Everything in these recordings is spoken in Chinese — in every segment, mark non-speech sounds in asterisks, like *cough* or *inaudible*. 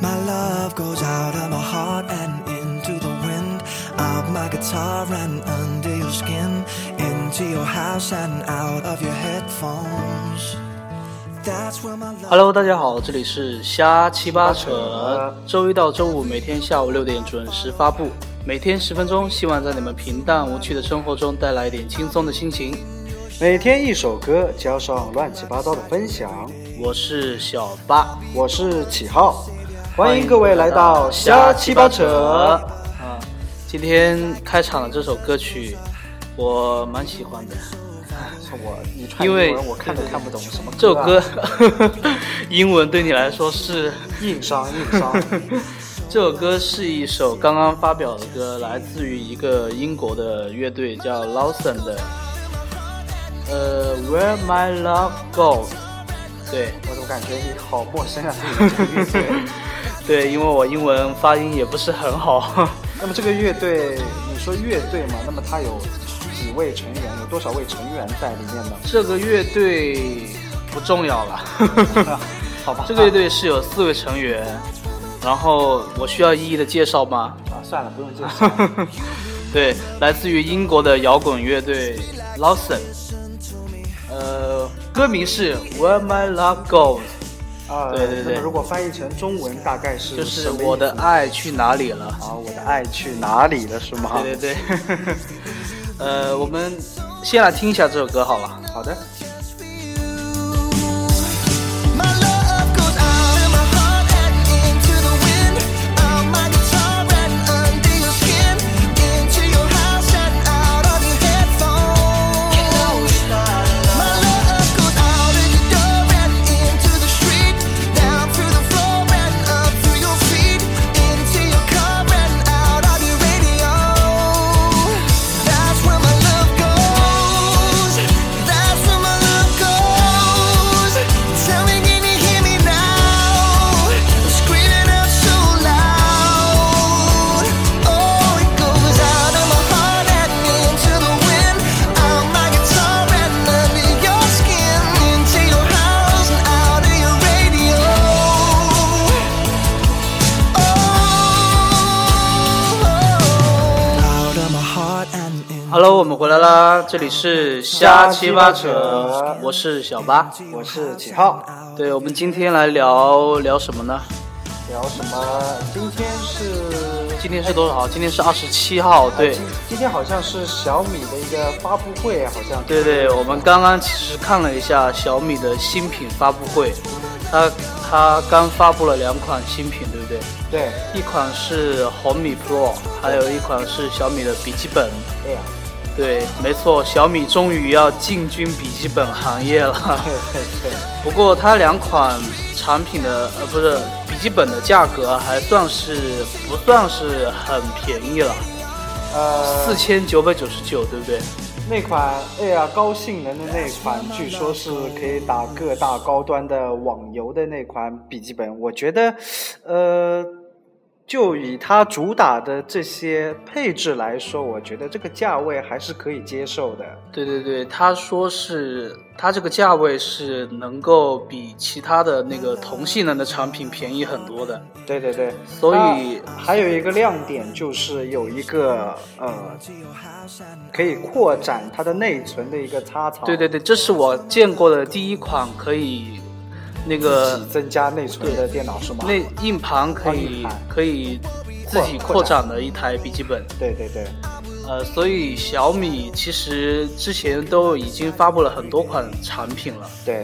My love goes out of my heart and into the wind. Out my guitar and under your skin. Into your house and out of your headphones. That's where my love. Hello，大家好，这里是瞎七八扯，周一到周五每天下午六点准时发布，每天十分钟，希望在你们平淡无趣的生活中带来一点轻松的心情。每天一首歌，加上乱七八糟的分享。我是小八，我是启浩，欢迎各位来到瞎七八扯。啊，今天开场的这首歌曲我蛮喜欢的，我你串因英为文，我看都对对看不懂什么、啊、这首歌 *laughs* 英文对你来说是硬伤 *laughs* 硬伤。这首歌是一首刚刚发表的歌，来自于一个英国的乐队叫 Lawson 的，呃，Where My Love Goes，对我怎么感觉你好陌生啊？这个乐队。对，因为我英文发音也不是很好， *laughs* 那么这个乐队，你说乐队嘛？那么它有几位成员？有多少位成员在里面呢？这个乐队不重要了。 *laughs* 好吧，这个乐队是有四位成员，然后我需要一一的介绍吗？啊，算了，不用介 *laughs* 绍。对，来自于英国的摇滚乐队 Lawson，呃，歌名是 Where My Love Goes。啊，对对对那么如果翻译成中文，大概是就是什么意我的思爱去哪里了？啊，我的爱去哪里了？是吗？对对对， *laughs* 呃，我们先来听一下这首歌好了。好的。 My love goes out of my heart and into the wind. Out my guitar and under your skin. Into your house and out of your headphones. My love goes out of your door and into the street. Down through the floor and up through your feet. Into your car and out of your radio. That's where my love goes. That's where my love goes. Tell me, can you hear me now? I'm screaming out so loud. Oh, it goes out of my heart and into the wind. Out my guitar and under your skin. Into your house and out of your radio. Oh. Out of my heart and in. Hello，我们回来啦，这里是瞎七八扯，我是小八。我是启浩，对，我们今天来聊聊什么呢？聊什么？今天是今天是多少？今天是二十七号，呃对今今天好像是小米的一个发布会，好像对对，我们刚刚其实看了一下小米的新品发布会，它它刚发布了两款新品，对不对？对，一款是红米 Pro，还有一款是小米的笔记本。哎呀，对，没错，小米终于要进军笔记本行业了。 *laughs* 对对对，不过它两款产品的呃不是笔记本的价格还算是不算是很便宜了，呃四，千九百九十九，对不对？那款哎呀高性能的那款，据说是可以打各大高端的网游的那款笔记本，我觉得，呃。就以它主打的这些配置来说，我觉得这个价位还是可以接受的。对对对，他说是它这个价位是能够比其他的那个同性能的产品便宜很多的。对对对，所以它还有一个亮点就是有一个呃，可以扩展它的内存的一个插槽，对对对，这是我见过的第一款可以那个自己增加内存的电脑是吗？那硬盘可以硬盘可以自己扩扩展的一台笔记本。对对对，呃，所以小米其实之前都已经发布了很多款产品了。对，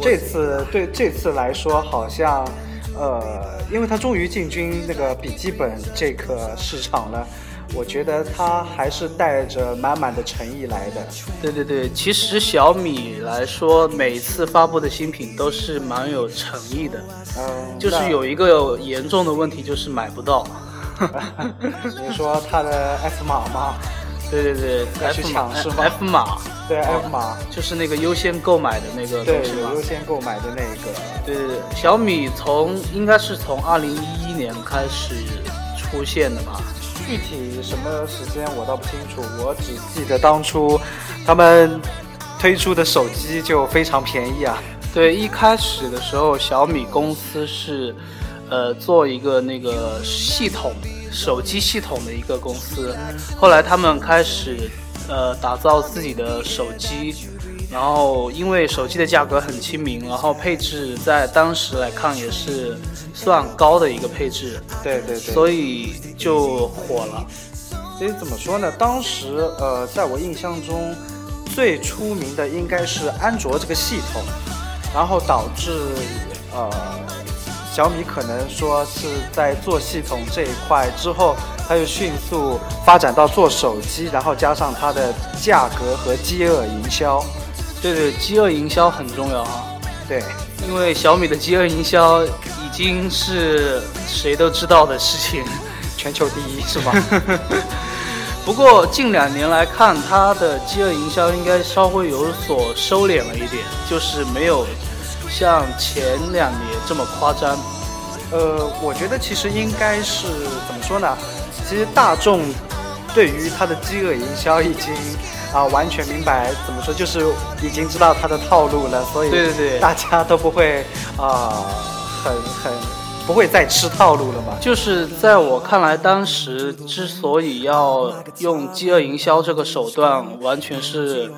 这次对这次来说好像。呃，因为它终于进军那个笔记本这个市场了，我觉得它还是带着满满的诚意来的。对对对，其实小米来说，每次发布的新品都是蛮有诚意的，嗯，就是那有一个严重的问题就是买不到。 *laughs* 你说它的 F 码吗？对对对 *laughs* 要去，F 码抢是 *laughs* 吧，F 码对哦 F 码，就是那个优先购买的那个对东西嘛有。优先购买的那个。对对对，小米从应该是从二零一一年开始出现的吧？具体什么时间我倒不清楚，我只记得当初他们推出的手机就非常便宜啊。对，一开始的时候，小米公司是，呃，做一个那个系统手机系统的一个公司。后来他们开始呃打造自己的手机，然后因为手机的价格很亲民，然后配置在当时来看也是算高的一个配置，对对对。所以就火了。所以怎么说呢？当时呃，在我印象中，最出名的应该是安卓这个系统，然后导致呃，小米可能说是在做系统这一块之后，它又迅速发展到做手机，然后加上它的价格和饥饿营销，对对，饥饿营销很重要哈。对。因为小米的饥饿营销已经是谁都知道的事情，全球第一是吧？ *laughs* 不过近两年来看，它的饥饿营销应该稍微有所收敛了一点，就是没有像前两年这么夸张。呃，我觉得其实应该是怎么说呢？其实大众对于它的饥饿营销已经啊、完全明白，怎么说就是已经知道它的套路了，所以对对对大家都不会啊、很很不会再吃套路了吧？就是在我看来，当时之所以要用饥饿营销这个手段，完全是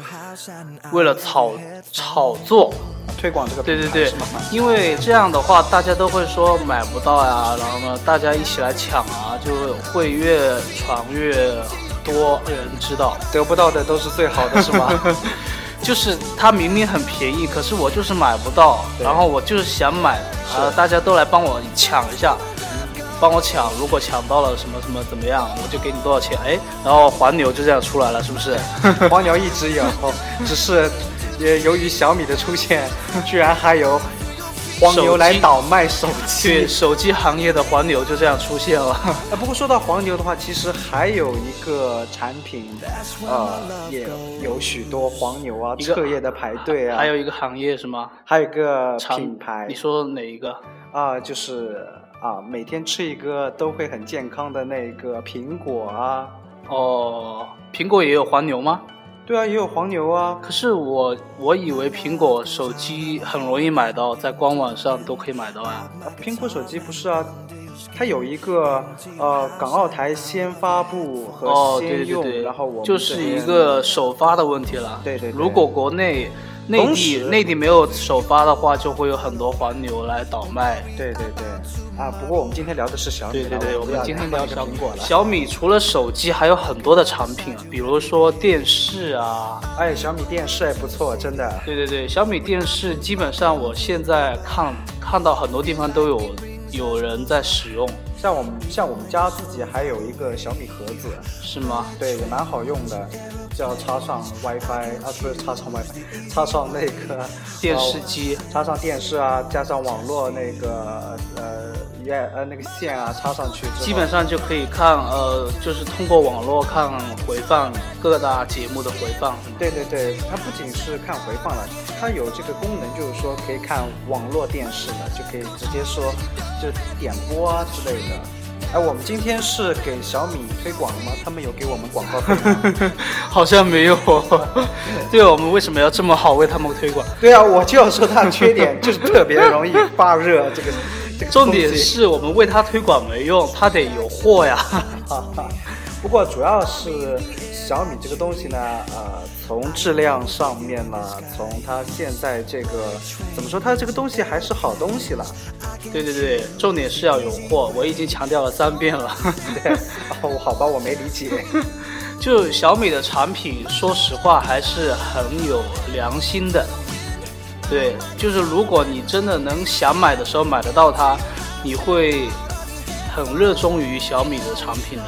为了炒炒作，推广这个对品对对牌是吗？，因为这样的话，大家都会说买不到呀、然后呢，大家一起来抢啊，就会越传越多人知道。得不到的都是最好的是吗？ *laughs* *laughs* 就是它明明很便宜，可是我就是买不到，对然后我就是想买，是啊，大家都来帮我抢一下，帮我抢，如果抢到了什么什么怎么样，我就给你多少钱，哎，然后黄牛就这样出来了，是不是？黄牛一直有，只是也由于小米的出现，居然还有黄牛来手机倒卖手机。对，手机行业的黄牛就这样出现了。呃，不过说到黄牛的话，其实还有一个产品，呃，也有许多黄牛啊，一个彻夜的排队啊，哎还有一个行业是吗？还有一个长品牌你说哪一个？啊、就是啊、每天吃一个都会很健康的那个苹果啊，哦，苹果也有黄牛吗？对啊，也有黄牛啊，可是我我以为苹果手机很容易买到，在官网上都可以买到啊。啊苹果手机不是啊。它有一个呃，港澳台先发布哦，和对先对用，对，然后我们就是这边一个首发的问题了。对对对如果国内内同地时内地没有首发的话，就会有很多黄牛来倒卖。对对对啊。不过我们今天聊的是小米对对了，对，我我们们不今要天聊聊那个小苹果了。小米除了手机，还有很多的产品，比如说电视啊，哎，小米电视哎不错，真的。对对对，小米电视基本上我现在看看到很多地方都有有人在使用，像我们像我们家自己还有一个小米盒子，是吗？对，也蛮好用的，只要插上 WiFi 啊，不是插上 WiFi，插 *laughs* 上那个 *laughs* 电视机呃插上电视啊，加上网络那个呃也呃那个线啊，插上去之后，基本上就可以看，呃，就是通过网络看回放各大节目的回放。是吗对对对，它不仅是看回放了，它有这个功能，就是说可以看网络电视了，就可以直接说就点播啊之类的。哎，我们今天是给小米推广了吗？他们有给我们广告费吗？ *laughs* 好像没有，对我们为什么要这么好为他们推广？对啊，我就要说它的缺点就是特别容易发热，这个这个重点东西是我们为他推广没用，他得有货呀。哈哈。不过主要是小米这个东西呢，呃，从质量上面呢，从它现在这个怎么说，它这个东西还是好东西了。对对对，重点是要有货，我已经强调了三遍了。对，哦，好吧，我没理解。 *laughs* 就小米的产品，说实话还是很有良心的。对，就是如果你真的能想买的时候买得到它，你会很热衷于小米的产品的。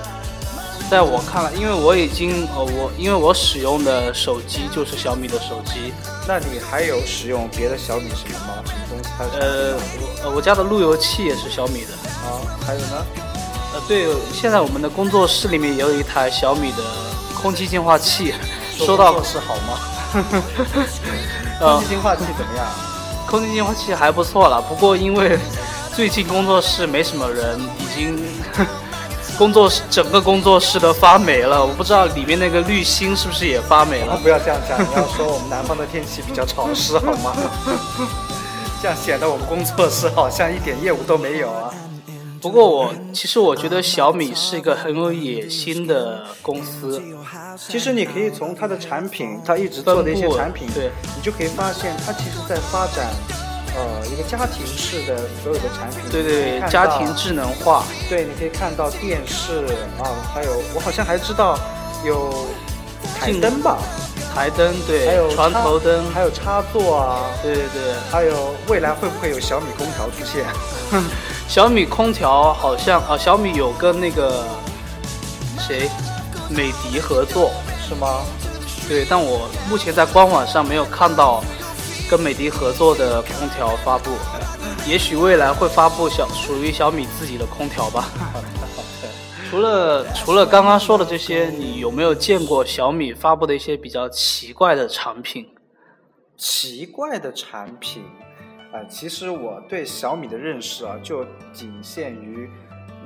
在我看来，因为我已经呃我因为我使用的手机就是小米的手机，那你还有使用别的小米什么吗？什么东西？它是呃我呃我家的路由器也是小米的，啊，还有呢？呃对，现在我们的工作室里面也有一台小米的 *laughs* 空气净化器，说到工作室好吗？呃空气净化器怎么样？嗯空气净化器还不错啦，不过因为 *laughs* 最近工作室没什么人，已经 *laughs* 工作室整个工作室都发霉了，我不知道里面那个滤芯是不是也发霉啊了，。不要这样讲，你要说我们南方的天气比较潮 *laughs* 湿好吗？这样显得我们工作室好像一点业务都没有啊。不过我其实我觉得小米是一个很有野心的公司，其实你可以从它的产品，它一直做的一些分布产品，对，你就可以发现它其实在发展，呃，一个家庭式的所有的产品，对你可以对，看家到庭智能化，对，你可以看到电视啊，还有我好像还知道有台进灯吧，台灯还有对，床插头灯，还有插座啊，对对对。还有未来会不会有小米空调出现？小米空调好像啊，小米有跟那个谁美的合作，是吗？对，但我目前在官网上没有看到跟美的合作的空调发布，*laughs* 嗯也许未来会发布小属于小米自己的空调吧。嗯 *laughs* 除了除了刚刚说的这些，你有没有见过小米发布的一些比较奇怪的产品？奇怪的产品，啊、其实我对小米的认识啊，就仅限于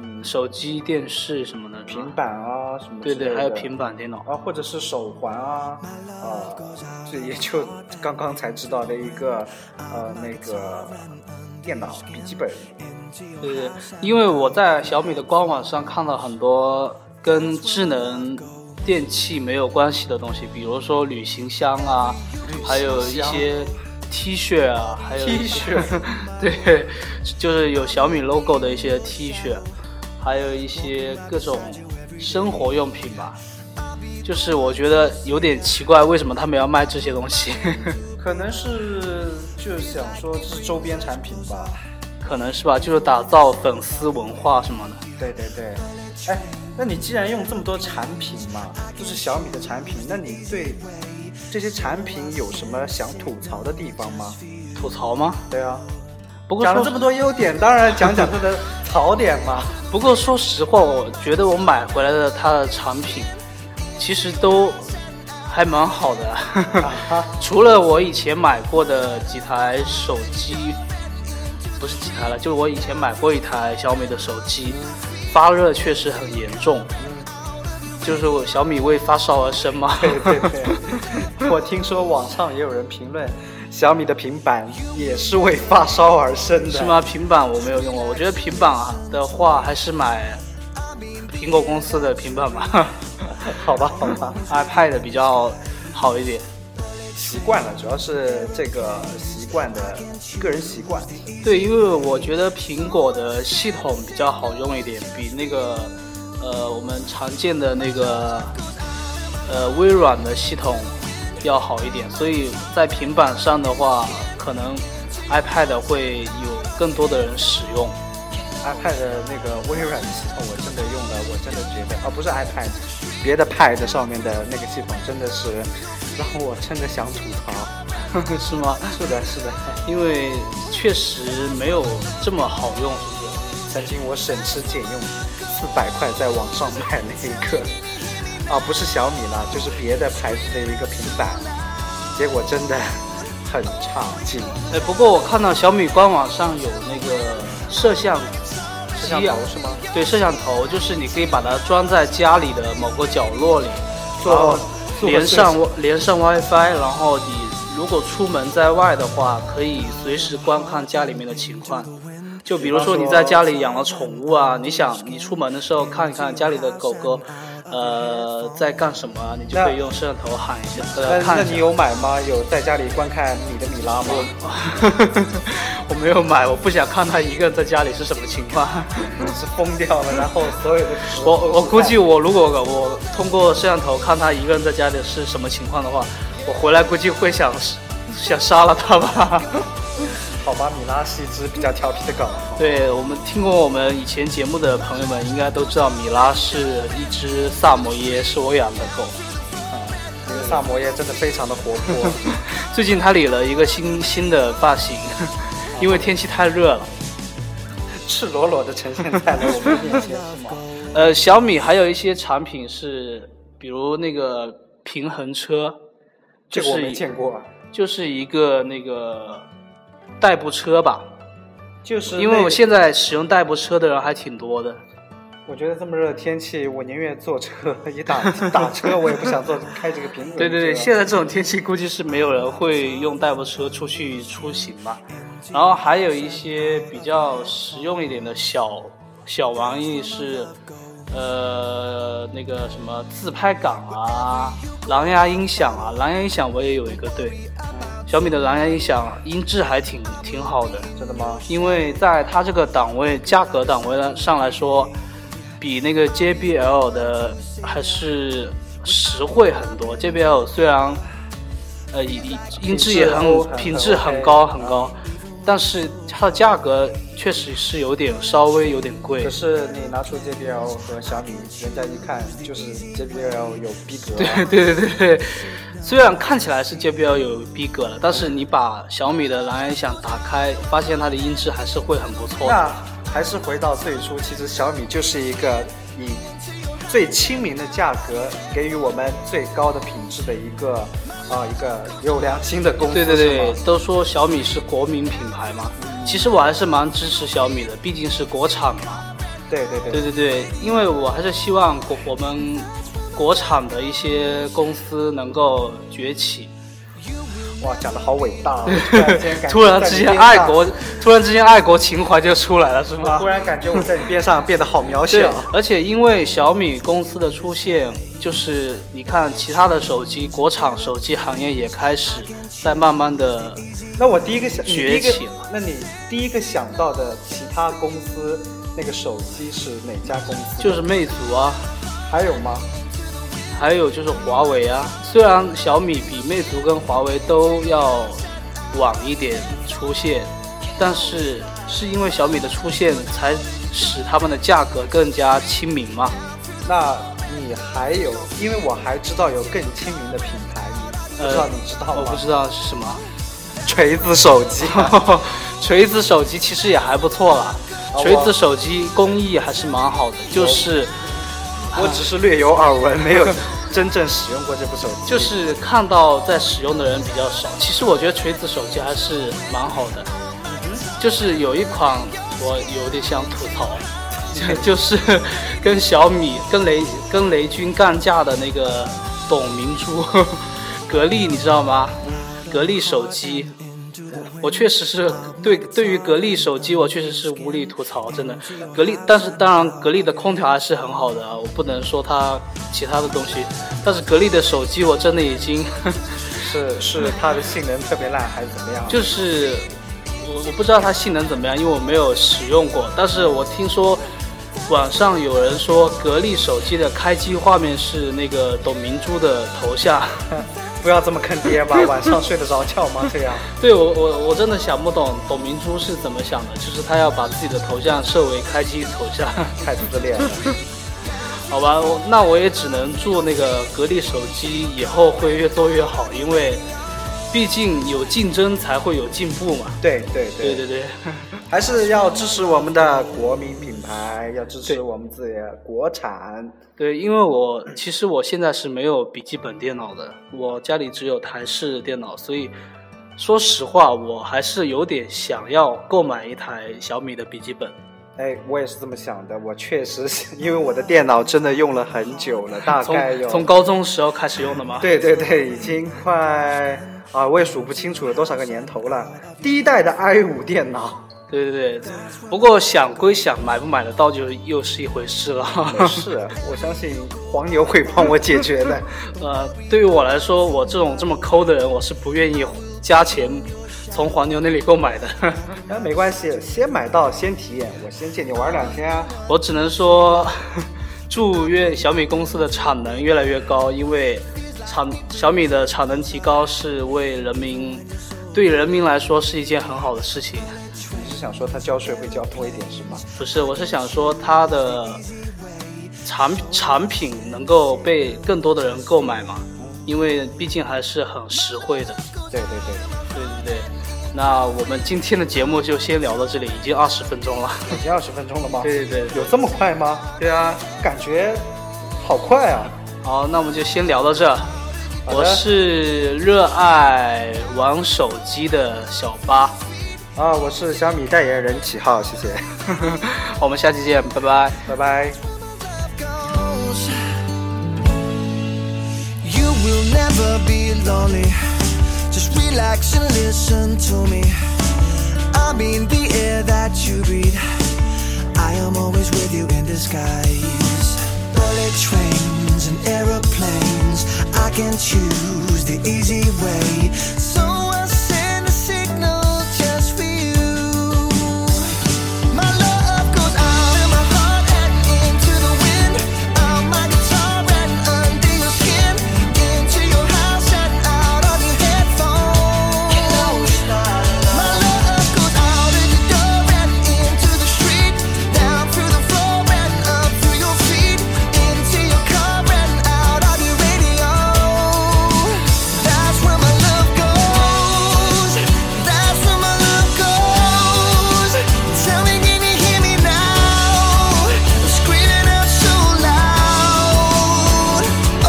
嗯手机、电视什么的，是吧平板啊什么对之类的，对，还有平板电脑。啊，或者是手环啊，啊、这也就刚刚才知道的一个呃那个电脑笔记本，对对，因为我在小米的官网上看到很多跟智能电器没有关系的东西，比如说旅行箱啊，还有一些 T 恤啊，还有一些 T 恤， *laughs* 对，就是有小米 logo 的一些 T 恤，还有一些各种生活用品吧。就是我觉得有点奇怪，为什么他们要卖这些东西？ *laughs* 可能是就想说这是周边产品吧。可能是吧，就是打造粉丝文化什么的。对对对，哎，那你既然用这么多产品嘛，就是小米的产品，那你对这些产品有什么想吐槽的地方吗？吐槽吗？对啊，不过讲了说这么多优点，当然讲讲它的槽点嘛。啊不过说实话，我觉得我买回来的它的产品，其实都还蛮好的。啊啊 *laughs* 除了我以前买过的几台手机，不是几台了，就是我以前买过一台小米的手机，发热确实很严重，就是我小米为发烧而生嘛。嗯对对 *laughs* 对，我听说网上也有人评论，小米的平板也是为发烧而生的，是？吗？平板我没有用过，我觉得平板啊的话还是买苹果公司的平板吧 *laughs* 好吧，好吧， ，iPad 比较好一点。习惯了，主要是这个习惯的个人习惯。对，因为我觉得苹果的系统比较好用一点，比那个呃我们常见的那个呃微软的系统要好一点，所以在平板上的话，可能 iPad 会有更多的人使用。 *laughs* iPad 的那个微软的系统，我真的用了，我真的觉得，啊，不是 iPad，别的 Pad 上面的那个系统，真的是让我真的想吐槽。是吗？是的，是的，因为确实没有这么好用，是不是？曾经我省吃俭用四百块在网上买了一个，啊，不是小米啦，就是别的牌子的一个平板，结果真的很差劲。哎，不过我看到小米官网上有那个摄像摄机像啊头是吗？对，摄像头就是你可以把它装在家里的某个角落里，然后哦做个连摄上连上 WiFi，然后你如果出门在外的话，可以随时观看家里面的情况。就比如说你在家里养了宠物啊，你想你出门的时候看一看家里的狗狗，呃，在干什么啊，你就可以那用摄像头喊一下，呃，那看那一下你。有买吗？有在家里观看你的米拉吗？ *laughs* 我没有买，我不想看他一个人在家里是什么情况。是疯掉了，然后所有的我我估计我如果我通过摄像头看他一个人在家里是什么情况的话，我回来估计会想想杀了他吧。 *laughs* 好吧，米拉是一只比较调皮的狗。对我们听过我们以前节目的朋友们应该都知道，米拉是一只萨摩耶，是我养的狗。那个萨摩耶真的非常的活 *laughs* 泼，最近它理了一个新新的发型， *laughs* 因为天气太热了。赤裸裸的呈现在了我们面前，是吗？呃，小米还有一些产品是，比如那个平衡车，这就个我是没见过，啊就是一个那个代步车吧，就是因为我现现在使用代步车的人还挺多的。我觉得这么热的天气，我宁愿坐车，也打打车，我也不想坐开这个平衡车。对对对，现在这种天气估计是没有人会用代步车出去出行吧。然后还有一些比较实用一点的小小王毅是呃那个什么自拍杆啊、狼牙音响啊，狼牙音响我也有一个对，小米的狼牙音响音质还挺挺好的，真的吗？因为在它这个档位价格档位上来说，比那个 JBL 的还是实惠很多。JBL 虽然呃音音质也都很很品质很 OK 高很高，但是它的价格确实是有点稍微有点贵可。是你拿出 JBL 和小米，人家一看就是 JBL 有逼格， *laughs* 对对对对，虽然看起来是 JBL 有逼格了，但是你把小米的蓝牙音响打开，发现它的音质还是会很不错的。那还是回到最初，其实小米就是一个以最亲民的价格给予我们最高的品质的一个啊、一个有良心的公司，对对对是吗，嗯都说小米是国民品牌嘛，其实我还是蛮支持小米的，毕竟是国产嘛。对对对对对对，因为我还是希望国我们国产的一些公司能够崛起。哇，讲的好伟大、啊，突然间感觉突然之间爱国，突然之间爱国情怀就出来了，是在你边上，啊吗突？然感觉我在你边上变得好渺对小。，而且因为小米公司的出现，就是你看其他的手机，国产手机行业也开始在慢慢的那我第一个想，你第一崛起个了，那你第一个想到的其他公司那个手机是哪家公司？就是魅族啊，还有吗？还有就是华为啊，虽然小米比魅族跟华为都要晚一点出现，但是是因为小米的出现才使他们的价格更加亲民嘛。那你还有，因为我还知道有更亲民的品牌，你不知道呃你知道吗？我不知道是什么。锤子手 *laughs* 机锤子手机其实也还不错啦，哦锤子手机工艺还是蛮好的，就是我只是略有耳闻，没有真正使用过这部手机。就是看到在使用的人比较少。其实我觉得锤子手机还是蛮好的，就是有一款我有点想吐槽， *laughs* 就就是跟小米、跟雷、跟雷军干架的那个董明珠、 *laughs* 格力，你知道吗？格力手机。我确实是对对于格力手机，我确实是无力吐槽，真的。格力，但是当然，格力的空调还是很好的啊，我不能说它其他的东西。但是格力的手机，我真的已经 *laughs* 是是它的性能特别烂还是怎么样？嗯就是我我不知道它性能怎么样，因为我没有使用过。但是我听说网上有人说格力手机的开机画面是那个董明珠的头像， *laughs* 不要这么坑爹吧，晚上睡得着觉吗？这样对我我我真的想不懂董明珠是怎么想的，就是她要把自己的头像设为开机头像。太自恋了。好吧，我那我也只能祝那个格力手机以后会越做越好，因为毕竟有竞争才会有进步嘛。对对 *laughs* 对对 *laughs* 对，还是要支持我们的国民品牌，要支对持我们自己的国产。对，因为我其实我现在是没有笔记本电脑的，我家里只有台式电脑，所以说实话，我还是有点想要购买一台小米的笔记本。哎，我也是这么想的。我确实是，因为我的电脑真的用了很久了，大概有 *laughs* 从从高中时候开始用的吗？， *laughs* 对对对，已经快啊，我也数不清楚有多少个年头了。第一代的 i 五电脑，对对对。不过想归想，买不买得到就又是一回事了。没事，我相信黄牛会帮我解决的。呃，对于我来说，我这种这么抠的人，我是不愿意加钱从黄牛那里购买的。 *laughs* *laughs* 那没关系，先买到先体验，我先借你玩两天啊。我只能说，祝愿小米公司的产能越来越高，因为产小米的产能提高是为人民，对人民来说是一件很好的事情。你是想说他交税会交多一点是吗？不是，我是想说它的产产品能够被更多的人购买嘛，因为毕竟还是很实惠的。对对对，对对对，那我们今天的节目就先聊到这里，已经二十分钟了。已经二十分钟了吗？对对对有这么快吗？对啊，感觉好快啊！好，那我们就先聊到这。的我是热爱玩手机的小 *laughs* 八，啊，我是小米代言人启浩，谢谢，我们下期见，拜拜。拜拜。 goes. You will never be lonely. Just relax and listen to me. I'm in the air that you breathe. I I am always with you in disguise. Bullet trains and aeroplanes, I can choose the easy way. So I send a signal just for you. My love goes out and my heart and into the wind. Out my guitar and under your skin, into your house and out of your headphones. My love goes out into the door and into the street, down through the floor and up through your feet, into your car and out of your radio. That's where my love goes. That's where my love goes. Tell me, can you hear me now? Screaming out so loud.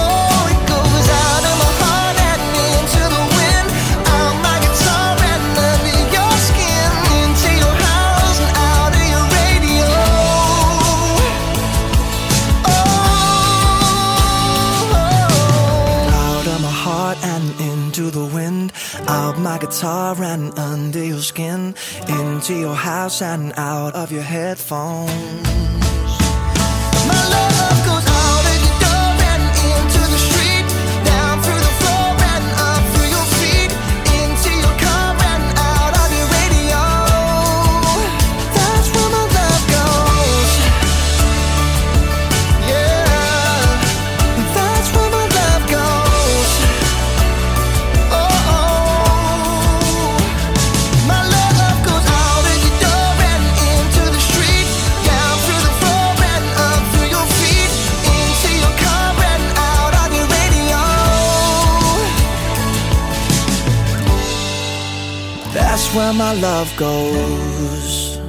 Oh, it goes out of my heart and into the wind. Out my guitar and under your skin, into your house and out of your radio. Oh. Out of my heart and into the wind. Out my guitar and under your skin. Into your house and out of your headphones. My love goes out of your door and into the street. Down through the floor and up through your feet. Into your car and out of your radio. That's where my love goes. Yeah. That's where my love goes. Oh, my love goes out into the door and into the street, down through the floor and up through your feet, into your car and out on your radio. That's where my love goes.